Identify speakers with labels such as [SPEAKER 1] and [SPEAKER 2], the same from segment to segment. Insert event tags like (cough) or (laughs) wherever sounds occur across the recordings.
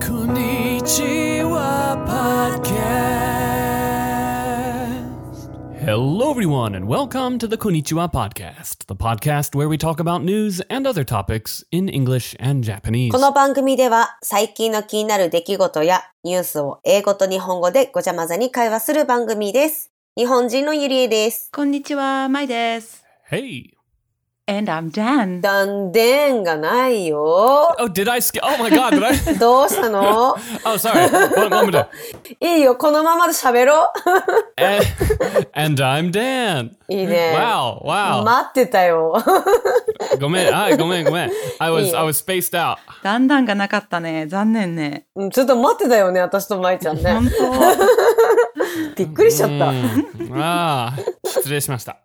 [SPEAKER 1] こんにちは、podcast. Hello, everyone, and welcome to the Konnichiwa podcast, the podcast where we talk about news and other topics in English and Japanese.
[SPEAKER 2] この番組では最近の気になる出来事やニュースを英語と日本語でごちゃ混ぜに会話する番組です。日本人のゆりえです。
[SPEAKER 3] こんにちは、まいです。
[SPEAKER 1] Hey.
[SPEAKER 3] And I'm Dan.
[SPEAKER 2] 断電がないよ。
[SPEAKER 1] Oh, did I skip? Oh my God, did I? (laughs)
[SPEAKER 2] どうしたの
[SPEAKER 1] Oh, sorry. One moment.
[SPEAKER 2] いいよ、このままで喋ろう。
[SPEAKER 1] And, and I'm Dan.
[SPEAKER 2] いいね。
[SPEAKER 1] Wow, wow.
[SPEAKER 2] 待ってたよ。 (laughs)
[SPEAKER 1] Gomen, hi, gomen, gomen. I was, I was spaced out.
[SPEAKER 3] だんだんがなかったね。残念ね。
[SPEAKER 2] うんちょっと待ってたよね、私とまいちゃんね
[SPEAKER 3] 本。当。 (laughs)
[SPEAKER 2] びっくりしちゃった。
[SPEAKER 1] ah, 失礼しました.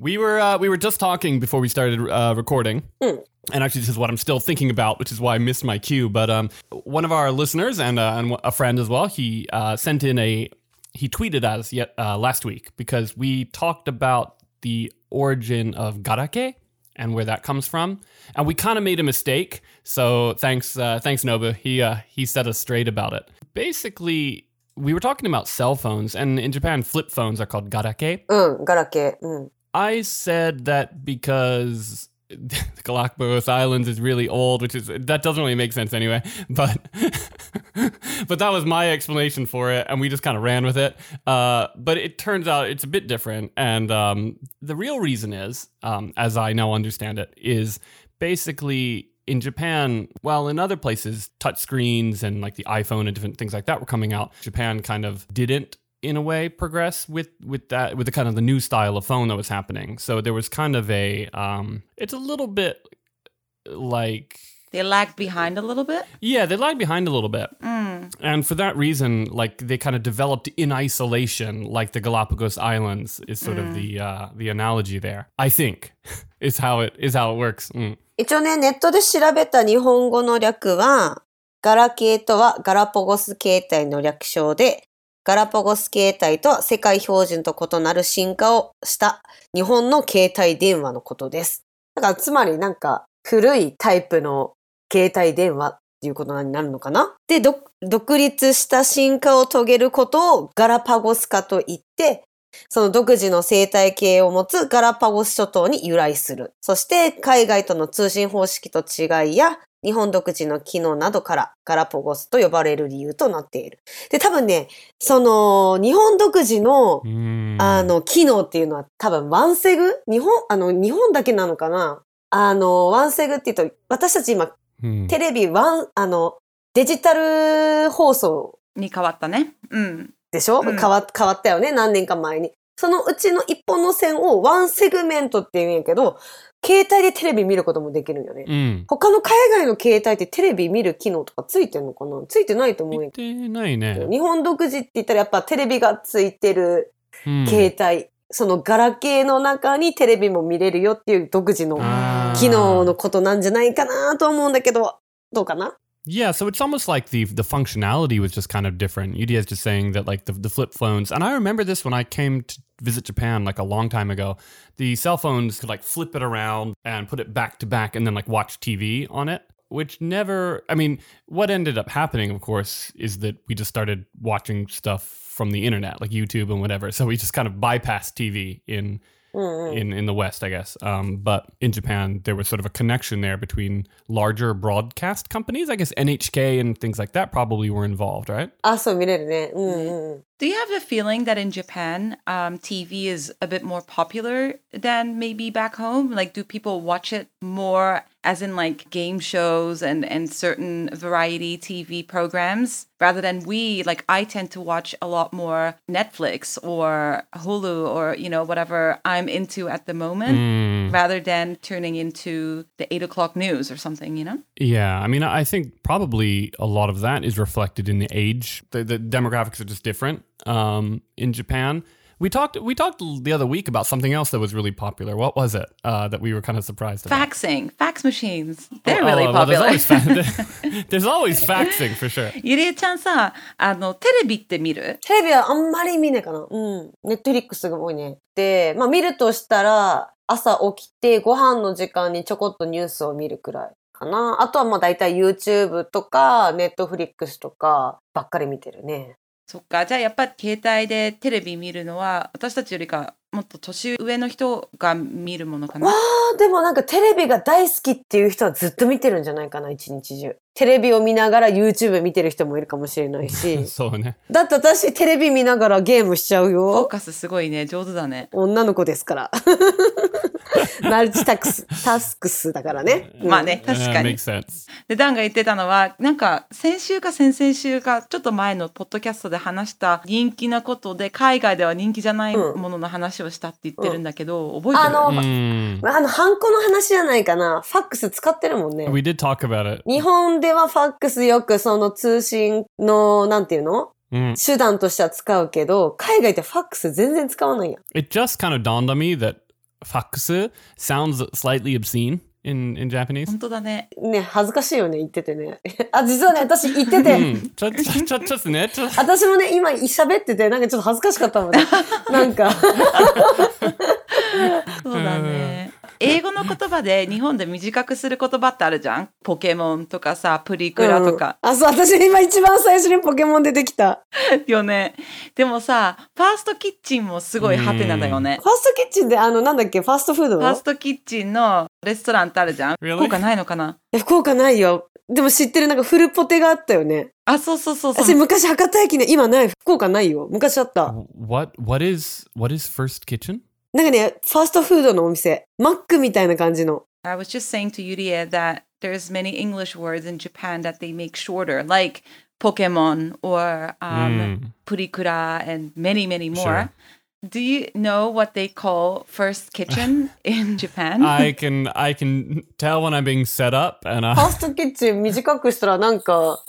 [SPEAKER 1] We were uh, we were just talking before we started uh, recording,
[SPEAKER 2] Mm.
[SPEAKER 1] and actually, this is what I'm still thinking about, which is why I missed my cue. But um, one of our listeners and, uh, and a friend as well, he uh, sent in a he tweeted at us yet uh, last week because we talked about the origin of garake and where that comes from, and we kind of made a mistake. So thanks, uh, thanks Nobu. He uh, he set us straight about it. Basically, we were talking about cell phones, and in Japan, flip phones are called garake.
[SPEAKER 2] うん、ガラケー。うん。
[SPEAKER 1] I said that because (laughs) the Galapagos Islands is really old, which is that doesn't really make sense anyway. (laughs) But but that was my explanation for it, and we just kind of ran with it. Uh, but it turns out it's a bit different, and um, the real reason is, um, as I now understand it, is basically in Japan, while in other places touchscreens and like the iPhone and different things like that were coming out, Japan kind of didn't in a way progress with with that with the kind of the new style of phone that was happening. So there was kind of a um it's a little bit like
[SPEAKER 3] They lagged behind a little bit.
[SPEAKER 1] yeah, they lagged behind a little bit. And for that reason, like they kind of developed in isolation, like the Galapagos Islands is sort of the uh the analogy there. I think (laughs) is how it is how it works. Mm.
[SPEAKER 2] 一応ね、ネットで調べた日本語の略は、ガラケーとはガラポゴス形態の略称で、ガラポゴス形態とは世界標準と異なる進化をした日本の携帯電話のことです。だからつまりなんか古いタイプの携帯電話っていうことになるのかなで、ど独立した進化を遂げることをガラパゴス化と言って、その独自の生態系を持つガラパゴス諸島に由来する。そして海外との通信方式と違いや日本独自の機能などからガラパゴスと呼ばれる理由となっている。で、多分ね、その日本独自の
[SPEAKER 1] Mm.
[SPEAKER 2] あの機能っていうのは多分ワンセグ日本、あの日本だけなのかなあのワンセグっていうと私たち今
[SPEAKER 1] Mm.
[SPEAKER 2] テレビワン、あのデジタル放送
[SPEAKER 3] に変わったね。うん。
[SPEAKER 2] でしょ、
[SPEAKER 3] うん
[SPEAKER 2] 変わ変わったよね何年か前に。そのうちの一本の線をワンセグメントって言うんやけど、携帯でテレビ見ることもできるんよね。
[SPEAKER 1] Mm.
[SPEAKER 2] 他の海外の携帯ってテレビ見る機能とかついてんのかなついてないと思うんやけど。日本独自って言ったらやっぱテレビがついてる
[SPEAKER 1] Hmm.
[SPEAKER 2] 携帯、そのガラケーの中にテレビも見れるよっていう独自の
[SPEAKER 1] Ah.
[SPEAKER 2] 機能のことなんじゃないかなと思うんだけど、どうかな
[SPEAKER 1] Yeah, so it's almost like the the functionality was just kind of different. UD is just saying that like the, the flip phones, and I remember this when I came to visit Japan like a long time ago. The cell phones could like flip it around and put it back to back, and then like watch TV on it. Which never, I mean, what ended up happening, of course, is that we just started watching stuff from the internet, like YouTube and whatever. So we just kind of bypassed TV in
[SPEAKER 2] うん
[SPEAKER 3] Mm.
[SPEAKER 2] うん。
[SPEAKER 1] in in the West, I guess. Um, but in Japan, there was sort of a connection there between larger broadcast companies. I guess NHK and things like that probably were involved, right?
[SPEAKER 2] あ、そう見れるね。うんうんうん。
[SPEAKER 3] Do you have a feeling that in Japan, um, TV is a bit more popular than maybe back home? Like, do people watch it more as in like game shows and, and certain variety TV programs rather than we? Like, I tend to watch a lot more Netflix or Hulu or, you know, whatever I'm into at the moment.
[SPEAKER 1] Mm.
[SPEAKER 3] rather than turning into the eight o'clock news or something, you know?
[SPEAKER 1] Yeah, I mean, I think probably a lot of that is reflected in the age. The, the demographics are just different um, in Japan. We talked we talked the other week about something else that was really popular. What was it uh, that we were kind of surprised about?
[SPEAKER 3] Faxing, fax machines, they're
[SPEAKER 1] Oh,
[SPEAKER 3] really
[SPEAKER 1] well,
[SPEAKER 3] popular.
[SPEAKER 1] there's, always
[SPEAKER 3] (laughs)
[SPEAKER 1] fa- (laughs) there's always faxing for sure.。
[SPEAKER 3] ゆりえちゃんさ、あの、テレビって見る
[SPEAKER 2] テレビはあんまり見ないかな。うん。ネットフリックスが多いね。で、まあ見るとしたら、朝起きてご飯の時間にちょこっとニュースを見るくらいかな。あとはもう大体 YouTube とか Netflix とかばっかり見てるね。
[SPEAKER 3] そっかじゃあやっぱ携帯でテレビ見るのは私たちよりかもっと年上の人が見るものか
[SPEAKER 2] わ
[SPEAKER 3] な
[SPEAKER 2] あ、でもなんかテレビが大好きっていう人はずっと見てるんじゃないかな、一日中。テレビを見ながら YouTube 見てる人もいるかもしれないし
[SPEAKER 1] (laughs) そうね。
[SPEAKER 2] だって私テレビ見ながらゲームしちゃう
[SPEAKER 3] フォー
[SPEAKER 2] よ。
[SPEAKER 3] カスすごいね上手だね
[SPEAKER 2] 女の子ですから。 (laughs) マルチタクス、タスクスだからね。うん
[SPEAKER 3] まあね確か
[SPEAKER 1] Uh,
[SPEAKER 3] に
[SPEAKER 1] makes sense.
[SPEAKER 3] でダンが言ってたのはなんか先週か先々週かちょっと前のポッドキャストで話した人気なことで海外では人気じゃない
[SPEAKER 2] うん
[SPEAKER 3] ものの話をしたって言ってるんだけど、覚え
[SPEAKER 2] あ
[SPEAKER 3] てる
[SPEAKER 2] の、
[SPEAKER 1] Mm.
[SPEAKER 2] あの、ハンコの話じゃないかな。ファックス使ってるもんね。
[SPEAKER 1] We did talk about it.
[SPEAKER 2] 日本ではファックスよくその通信の、なんていうの
[SPEAKER 1] Mm.
[SPEAKER 2] 手段としては使うけど、海外ってファックス全然使わないやん。
[SPEAKER 1] It just kind of dawned on me that fakusu sounds slightly obscene in, in
[SPEAKER 3] (laughs)
[SPEAKER 1] Japanese.
[SPEAKER 3] 本当だね
[SPEAKER 2] ね、恥ずかしいよね、言っててね。 (laughs) あ、実はね、私言ってて、
[SPEAKER 1] Mm. Just- just- just- just net.
[SPEAKER 2] 私もね、今喋ってて、なんかちょっと恥ずかしかった (laughs) もんね。なんか、
[SPEAKER 3] そうだね英語の言葉で日本で短くする言葉ってあるじゃんポケモンとかさプリクラとか、
[SPEAKER 2] うんあ、そう、私今一番最初にポケモン出てきた。
[SPEAKER 3] よねでもさファーストキッチンもすごいハテナだよね
[SPEAKER 2] ファーストキッチンで、あの、なんだっけ、ファーストフード
[SPEAKER 3] ファー
[SPEAKER 2] の
[SPEAKER 3] ストキッチンのレストランってあるじゃん、
[SPEAKER 1] Really？
[SPEAKER 3] 効果ないのかな
[SPEAKER 2] え福岡ないよ。でも知ってる、なんかフルポテがあったよね。
[SPEAKER 3] あそうそうそうそう
[SPEAKER 2] 私昔博多駅ね、今ない、福岡ないよ。昔あった。
[SPEAKER 1] What what is what is first kitchen?
[SPEAKER 2] なんかね、ファーストフードのお店。マックみたいな感じの。
[SPEAKER 3] I was just saying to Yuria that there's many English words in Japan that they make shorter, like Pokemon or um,
[SPEAKER 1] Mm.
[SPEAKER 3] Purikura and many, many more.
[SPEAKER 1] Sure.
[SPEAKER 3] Do you know what they call first
[SPEAKER 1] (laughs)
[SPEAKER 3] kitchen in Japan?
[SPEAKER 1] Mm. I can I can tell when I'm being set up and
[SPEAKER 2] ファ
[SPEAKER 1] I
[SPEAKER 2] ーストキッチン短くしたらなんか、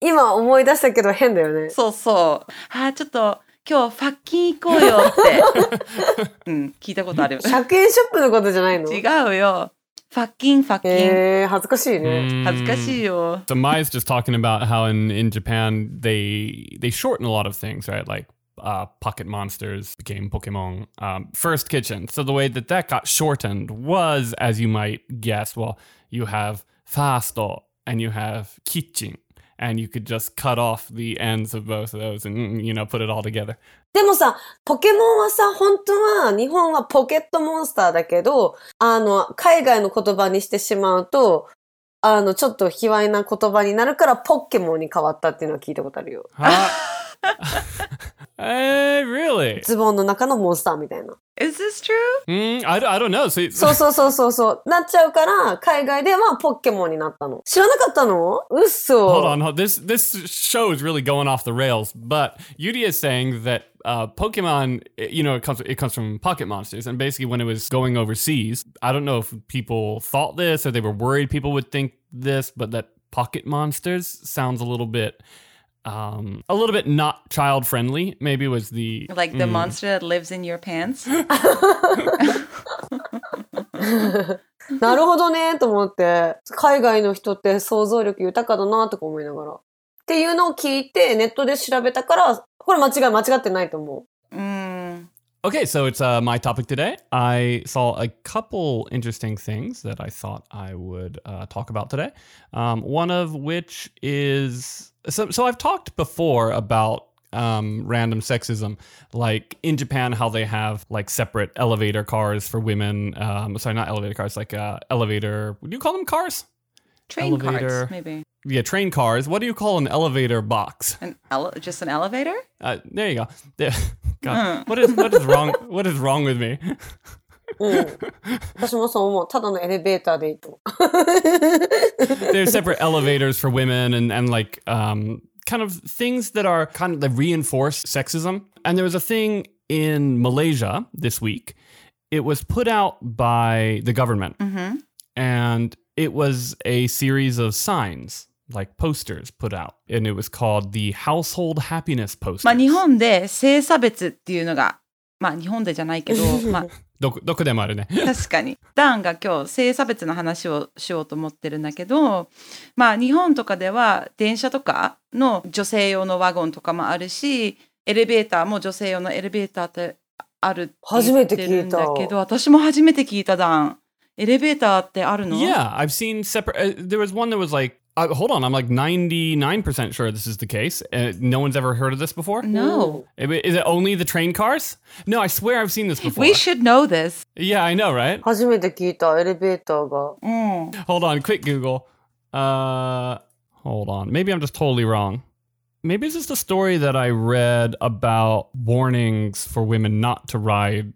[SPEAKER 2] 今思い出したけど変だよ (laughs) ね。
[SPEAKER 3] (laughs) そうそう。あー、ちょっと今日ファッキン行こうよ
[SPEAKER 1] (laughs)
[SPEAKER 3] って。うん、聞いたことある。
[SPEAKER 2] 100円ショップのことじゃないの
[SPEAKER 3] 違うよ。ファッキン、ファッキン。
[SPEAKER 2] えー、恥ずかしいね。
[SPEAKER 1] Mm.
[SPEAKER 3] 恥ずかしいよ。
[SPEAKER 1] So Maya's just talking about how in, in Japan they they shorten a lot of things, right? Like uh, Pocket Monsters became Pokemon. Um, First Kitchen. So the way that that got shortened was, as you might guess, well, you have fasto and you have kitchen, and you could just cut off the ends of both of those and you know put it all together.
[SPEAKER 2] でもさ、ポケモンはさ、本当は日本はポケットモンスターだけど、あの、海外の言葉にしてしまうと、あの、ちょっと卑猥な言葉になるからポッケモンに変わったっていうのは聞いたことあるよ。
[SPEAKER 1] Huh? (laughs) hey, really?
[SPEAKER 2] ズボンの中のモンスターみたいな。
[SPEAKER 3] Is this true?
[SPEAKER 1] Mm, I, don't- I don't know. So,
[SPEAKER 2] (laughs) そうそうそうそうそう。なっちゃうから、海外ではポッケモンになったの。知らなかったの嘘。
[SPEAKER 1] Hold on, hold, this this show is really going off the rails. But Yudi is saying that uh, Pokemon, it- you know, it comes it comes from Pocket Monsters, and basically when it was going overseas, I don't know if people thought this or they were worried people would think this, but that Pocket Monsters sounds a little bit, um, a little bit not child friendly. Maybe was the
[SPEAKER 3] Like the
[SPEAKER 1] Mm.
[SPEAKER 3] monster that lives in your pants? (laughs)
[SPEAKER 2] なるほどね、と思って。海外の人って想像力豊かだな、とか思いながら。っていうのを聞いて、ネットで調べたから、これ間違い、間違ってないと思う。
[SPEAKER 3] Mm,
[SPEAKER 1] Okay, so it's uh, my topic today. I saw a couple interesting things that I thought I would uh, talk about today. Um, one of which is so, so I've talked before about um, random sexism, like in Japan, how they have like separate elevator cars for women. Um, sorry, not elevator cars, like uh, elevator. Would you call them cars?
[SPEAKER 3] train
[SPEAKER 1] Elevator.
[SPEAKER 3] cards, maybe.
[SPEAKER 1] Yeah, train cars. What do you call an elevator box?
[SPEAKER 3] An ele- just an elevator?
[SPEAKER 1] Uh, there you go. (laughs) There- God, what is what is wrong? What is wrong with me?
[SPEAKER 2] うん。私もそう思う。ただのエレベーターでいいと思う。
[SPEAKER 3] (laughs)
[SPEAKER 1] there's separate elevators for women and and like um kind of things that are kind of that reinforce sexism and there was a thing in malaysia this week it was put out by the government
[SPEAKER 3] Mm-hmm.
[SPEAKER 1] and it was a series of signs like posters put out and it was called the household happiness posters
[SPEAKER 3] まあ日本で性差別っていうのが、まあ日本でじゃないけど、まあ
[SPEAKER 1] Doku- dokodemaru-ne.
[SPEAKER 3] (laughs) 確かに。ダンが今日性差別の話をしようと思ってるんだけど、まあ日本とかでは電車とかの女性用のワゴンとかもあるし、エレベーターも女性用のエレベーターってあるって言ってるんだ
[SPEAKER 2] 初めて
[SPEAKER 3] け
[SPEAKER 2] 聞いた
[SPEAKER 3] ど、私も初めて聞いたダン。エレベーターってあるの
[SPEAKER 1] Yeah, I've seen separate. Uh, there was one that was like, uh, hold on, I'm like 99% sure this is the case. Uh, no one's ever heard of this before.
[SPEAKER 3] No.
[SPEAKER 1] Is it only the train cars? No, I swear I've seen this before.
[SPEAKER 3] We should know this.
[SPEAKER 1] yeah, I know, right?
[SPEAKER 2] 初めて聞いたエレベーターが。
[SPEAKER 3] Mm.
[SPEAKER 1] Hold on, quick Google. Uh, hold on. Maybe I'm just totally wrong. Maybe it's just a story that I read about warnings for women not to ride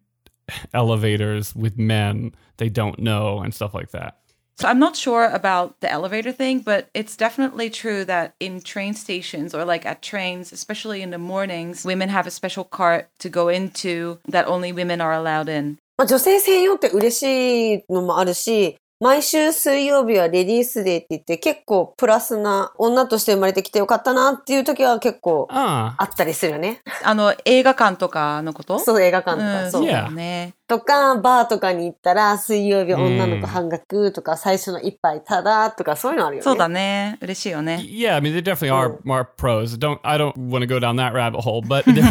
[SPEAKER 1] elevators with men they don't know and stuff like that.
[SPEAKER 3] So I'm not sure about the elevator thing, but it's definitely true that in train stations or like at trains, especially in the mornings, women have a special cart to go into that only women are allowed in.
[SPEAKER 2] まあ、女性専用って嬉しいのもあるし、毎週水曜日はレディースデーって言って結構プラスな女として生まれてきてよかったなっていう時は結構
[SPEAKER 1] Ah,
[SPEAKER 2] あったりするよね。
[SPEAKER 3] あの映画館とかのこと
[SPEAKER 2] そう、映画館と
[SPEAKER 3] う
[SPEAKER 2] か、
[SPEAKER 3] ん
[SPEAKER 2] そう。
[SPEAKER 1] Yeah.
[SPEAKER 3] だね。
[SPEAKER 2] とか、バーとかに行ったら水曜日女の子半額とか、最初の一杯ただとかそういうのあるよね。
[SPEAKER 3] そうだね。嬉しいよ
[SPEAKER 1] y-
[SPEAKER 3] ね。
[SPEAKER 1] yeah. I mean, there definitely are, are pros. Don't I don't want to go down that rabbit hole, but there,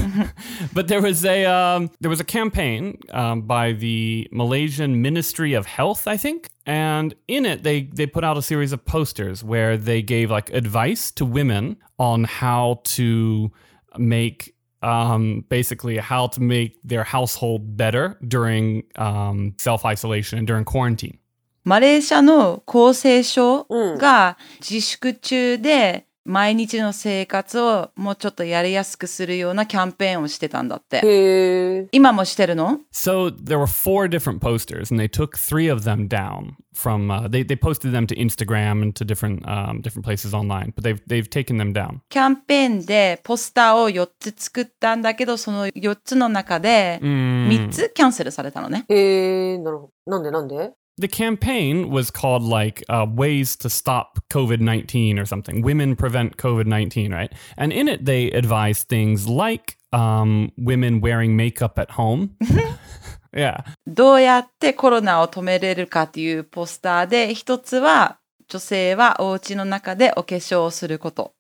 [SPEAKER 1] but there was a um, there was a campaign um, by the Malaysian Ministry of Health, I think, and in it they they put out a series of posters where they gave like advice to women on how to make um, basically how to make their household better during um, self isolation and during quarantine.
[SPEAKER 3] マレーシアの厚生省
[SPEAKER 1] Mm.
[SPEAKER 2] うん
[SPEAKER 3] が自粛中で毎日の生活をもうちょっとやりやすくするようなキャンペーンをしてたんだ
[SPEAKER 1] Mm.
[SPEAKER 3] って。
[SPEAKER 2] へー。
[SPEAKER 3] 今もしてるの
[SPEAKER 1] So there were four different posters, and they took three of them down from. Uh, they they posted them to Instagram and to different um, different places online, but they've they've taken them down.
[SPEAKER 3] キャンペーンでポスターを4つ作ったんだけど、その4つの中で
[SPEAKER 1] Mm.
[SPEAKER 3] 3つキャンセルされたのね。
[SPEAKER 2] へー、なるほど。なんでなんで
[SPEAKER 1] The campaign was called like uh, "Ways to Stop COVID nineteen or something. Women prevent COVID nineteen, right? And in it, they advised things like um, women wearing makeup at home. (laughs) yeah,
[SPEAKER 3] どうやってコロナを止めれるかっていうポスターで、一つは女性はお家の中でお化粧をすること。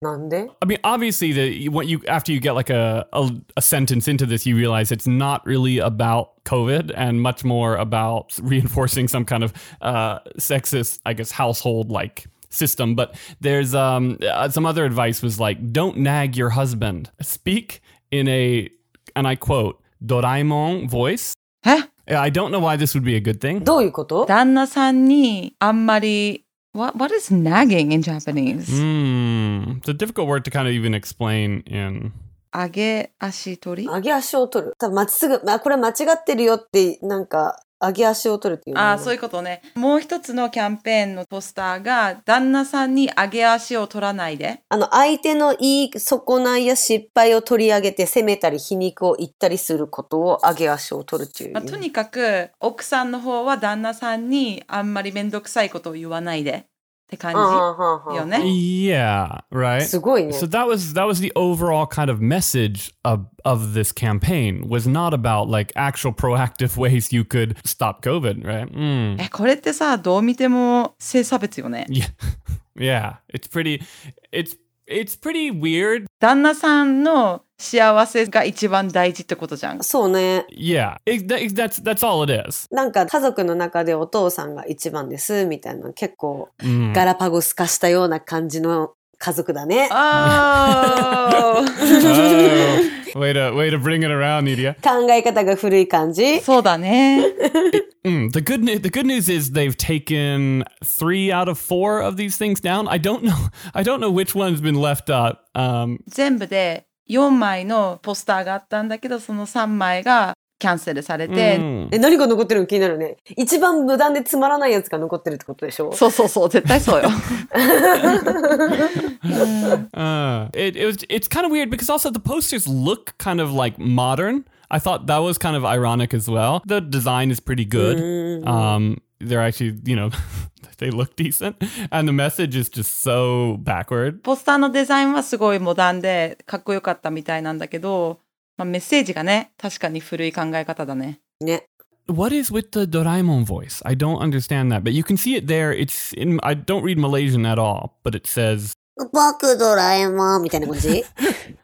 [SPEAKER 2] なんで
[SPEAKER 1] I mean, obviously, the what you after you get like a, a a sentence into this, you realize it's not really about COVID and much more about (laughs) reinforcing some kind of uh, sexist, I guess, household like system. But there's um uh, some other advice was like, don't nag your husband. Speak in a and I quote Doraemon voice.
[SPEAKER 3] え
[SPEAKER 1] Yeah, I don't know why this would be a good thing.
[SPEAKER 2] どういうこと
[SPEAKER 3] 旦那さんにあんまり、What, what is nagging in Japanese?
[SPEAKER 1] Hmm, it's a difficult word to kind of even explain in.
[SPEAKER 3] 上げ足取り
[SPEAKER 2] 上げ足を取る。多分まっすぐ、まあ、これ間違ってるよって、なんか、上げ足を取るっていうの
[SPEAKER 3] ああ、そう
[SPEAKER 2] う
[SPEAKER 3] いうことね。もう一つのキャンペーンのポスターが、旦那さんに上げ足を取らないで。
[SPEAKER 2] あの、相手の言い損ないや失敗を取り上げて、責めたり皮肉を言ったりすることを上げ足を取るっていう。
[SPEAKER 3] まあ、とにかく奥さんの方は旦那さんにあんまりめんどくさいことを言わないでって感
[SPEAKER 2] あー
[SPEAKER 3] じ。
[SPEAKER 2] はーはーはー
[SPEAKER 3] よね
[SPEAKER 1] Yeah, right.
[SPEAKER 2] すごいね。
[SPEAKER 1] So that was that was the overall kind of message of of this campaign was not about like actual proactive (laughs) ways you could stop COVID, right? Mm.
[SPEAKER 3] え、これってさ、どう見ても性差別よね。
[SPEAKER 1] Yeah, (laughs) yeah. It's pretty. It's it's pretty weird.
[SPEAKER 3] 旦那さんの幸せが一番大事ってことじゃん。
[SPEAKER 2] そうね。
[SPEAKER 1] Yeah, it, that, that's that's all it is.
[SPEAKER 2] なんか家族の中でお父さんが一番ですみたいな結構
[SPEAKER 1] Mm.
[SPEAKER 2] ガラパゴス化したような感じの家族だね。
[SPEAKER 3] (laughs) あー
[SPEAKER 1] Oh, way to way to bring it around, Nidia.
[SPEAKER 2] 考え方が古い感じ。
[SPEAKER 3] そうだね。
[SPEAKER 1] Mm, the good news. The good news is they've taken three out of four of these things down. I don't know. (laughs) I don't know which one's been left up. Um,
[SPEAKER 3] 全部で4枚のポスターがあったんだけど、その3枚がキャンセルされて。
[SPEAKER 1] mm.
[SPEAKER 2] え、何が残ってるの気になるね。一番無断でつまらないやつが残ってるってことでしょ
[SPEAKER 3] そうそうそう、絶対そうよ。
[SPEAKER 1] Uh, it, it was it's kind of weird because also the posters look kind of like modern. I thought that was kind of ironic as well. The design is pretty good.
[SPEAKER 2] うん
[SPEAKER 1] Um, they're actually you know (laughs) they look decent, and the message is just so backward.
[SPEAKER 3] ポスターのデザインはすごいモダンでかっこよかったみたいなんだけど、まあ、メッセージがね確かに古い考え方だね
[SPEAKER 2] ね。
[SPEAKER 1] What is with the Doraemon voice? I don't understand that, but you can see it there. It's in I don't read Malaysian at all, but it says
[SPEAKER 2] 僕ドラえ
[SPEAKER 3] (laughs)
[SPEAKER 2] もんみたいな感じ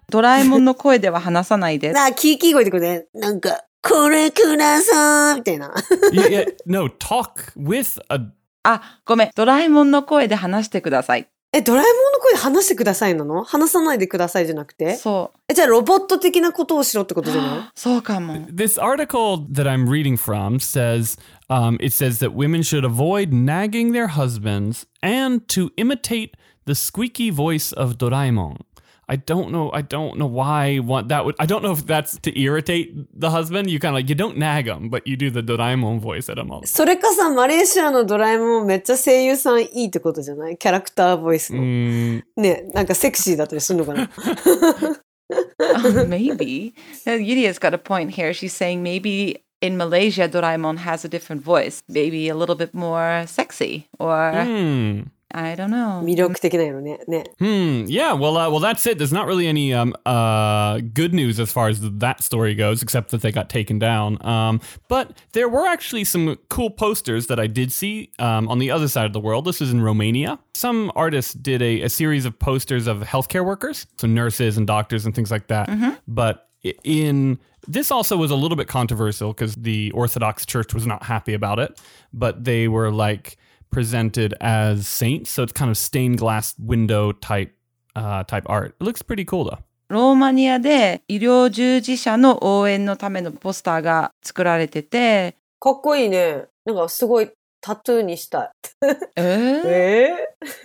[SPEAKER 3] ドラえもんの声では話さない
[SPEAKER 2] (laughs)
[SPEAKER 3] で
[SPEAKER 2] なあ、キーキー声ってことね。なんか、これくださいみたい
[SPEAKER 3] (laughs)
[SPEAKER 2] な。
[SPEAKER 1] yeah, yeah, no, talk with a.
[SPEAKER 3] あ、ごめん。ドラえもんの声で話してください。
[SPEAKER 2] え、ドラえもんの声で話してくださいなの話さないでくださいじゃなくて
[SPEAKER 3] そ
[SPEAKER 2] え、じゃあロボット的なことをしろってこと
[SPEAKER 3] う
[SPEAKER 2] じゃない。
[SPEAKER 3] そうかも。
[SPEAKER 1] This article that I'm reading from says um, it says that women should avoid nagging their husbands and to imitate the squeaky voice of Doraemon. I don't know. I don't know why. What that would. I don't know if that's to irritate the husband. You kind of like you don't nag him, but you do the Doraemon voice at him all.
[SPEAKER 2] それかさ、マレーシアのドラえもんめっちゃ声優さんいいってことじゃないキャラクターボイスの。
[SPEAKER 1] Mm,
[SPEAKER 2] ね、なんかセクシーだったりするのかな
[SPEAKER 3] maybe. Now, Yudia's got a point here. She's saying maybe in Malaysia, Doraemon has a different voice, maybe a little bit more sexy, or
[SPEAKER 1] hmm.
[SPEAKER 3] I don't know.
[SPEAKER 2] 魅力的なよね。ね。
[SPEAKER 1] Hmm. Yeah. Well. Uh, well. That's it. There's not really any um uh good news as far as that story goes, except that they got taken down. Um. But there were actually some cool posters that I did see. Um. On the other side of the world. This is in Romania. Some artists did a, a series of posters of healthcare workers, so nurses and doctors and things like that. But i- in this also was a little bit controversial because the Orthodox Church was not happy about it. But they were like presented as saints. So it's kind of stained glass window type uh, type art. It looks pretty cool though.
[SPEAKER 3] ローマニアで医療従事者の応援のためのポスターが作られてて、
[SPEAKER 2] かっこいいね。なんかすごいタトゥーにしたい。
[SPEAKER 3] え
[SPEAKER 2] え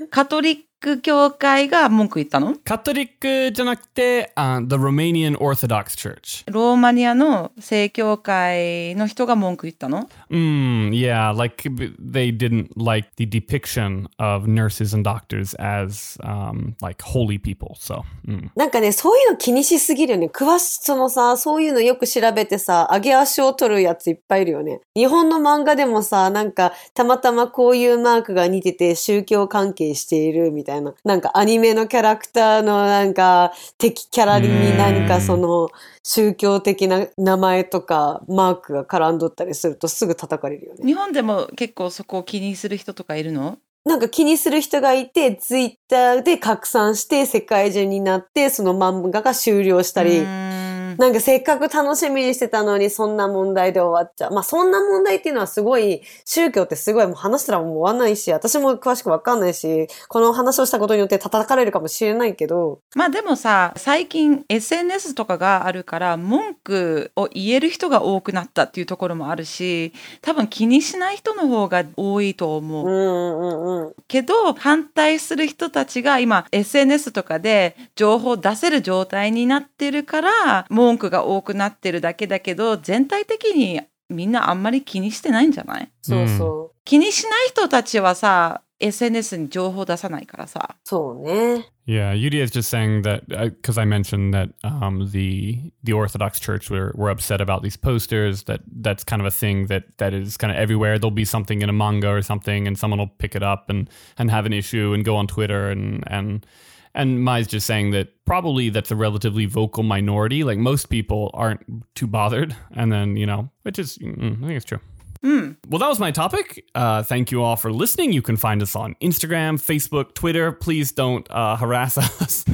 [SPEAKER 3] ー、カトリック教会が文句言ったの
[SPEAKER 1] Catholic uh, じゃなくて, uh, the Romanian Orthodox Church.
[SPEAKER 3] ローマニアの正教会の人が文句言ったの
[SPEAKER 1] Mm, yeah, like b- they didn't like the depiction of nurses and doctors as um, like holy people. So, mm.
[SPEAKER 2] なんかね、そういうの気にしすぎるよね。詳し、そのさ、そういうのよく調べてさ、上げ足を取るやついっぱいいるよね。日本の漫画でもさ、なんか、たまたまこういうマークが似てて宗教関係しているみたいな。なんかアニメのキャラクターのなんか、敵キャラに何かその、宗教的な名前とかマークが絡んどったりするとすぐ叩かれるよね。
[SPEAKER 3] 日本でも結構そこを気にする人とかいるの
[SPEAKER 2] なんか気にする人がいて、ツイッターで拡散して世界中になって、その漫画が終了したり、
[SPEAKER 3] うーん
[SPEAKER 2] なんかせっかく楽しみにしてたのにそんな問題で終わっちゃう。まあそんな問題っていうのはすごい、宗教ってすごいもう話したらもう終わんないし、私も詳しくわかんないし、この話をしたことによって叩かれるかもしれないけど、
[SPEAKER 3] まあでもさ最近 SNS とかがあるから文句を言える人が多くなったっていうところもあるし多分気にしない人の方が多いと思う
[SPEAKER 2] うんうんうん。
[SPEAKER 3] けど反対する人たちが今 SNS とかで情報を出せる状態になってるから文句が多くなってるだけだけど全体的にみんなあんまり気にしてないんじゃない
[SPEAKER 2] そうそう。
[SPEAKER 3] 気にしない人たちはさ SNS に情報出さないからさ
[SPEAKER 2] そうね。
[SPEAKER 1] Yeah, Yudia is just saying that because I mentioned that um, the the Orthodox Church were, were upset about these posters. That that's kind of a thing that that is kind of everywhere. There'll be something in a manga or something, and someone will pick it up and and have an issue and go on Twitter and and and Mai's just saying that probably that's a relatively vocal minority. Like most people aren't too bothered, and then you know, which is mm, I think it's true.
[SPEAKER 3] うん。
[SPEAKER 1] Well, that was my topic. Uh, thank you all for listening. You can find us on Instagram, Facebook, Twitter. Please don't uh, harass (laughs) us.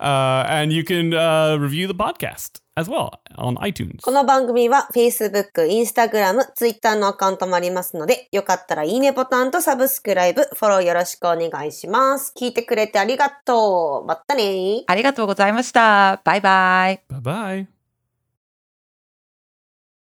[SPEAKER 1] uh, and you can uh, review the podcast as well on iTunes.
[SPEAKER 2] この番組は Facebook、Instagram、Twitter のアカウントもありますので、よかったらいいねボタンとサブスクライブ、フォローよろしくお願いします。聞いてくれてありがとう。またねー。
[SPEAKER 3] ありがとうございましたバイバイ
[SPEAKER 1] Bye bye.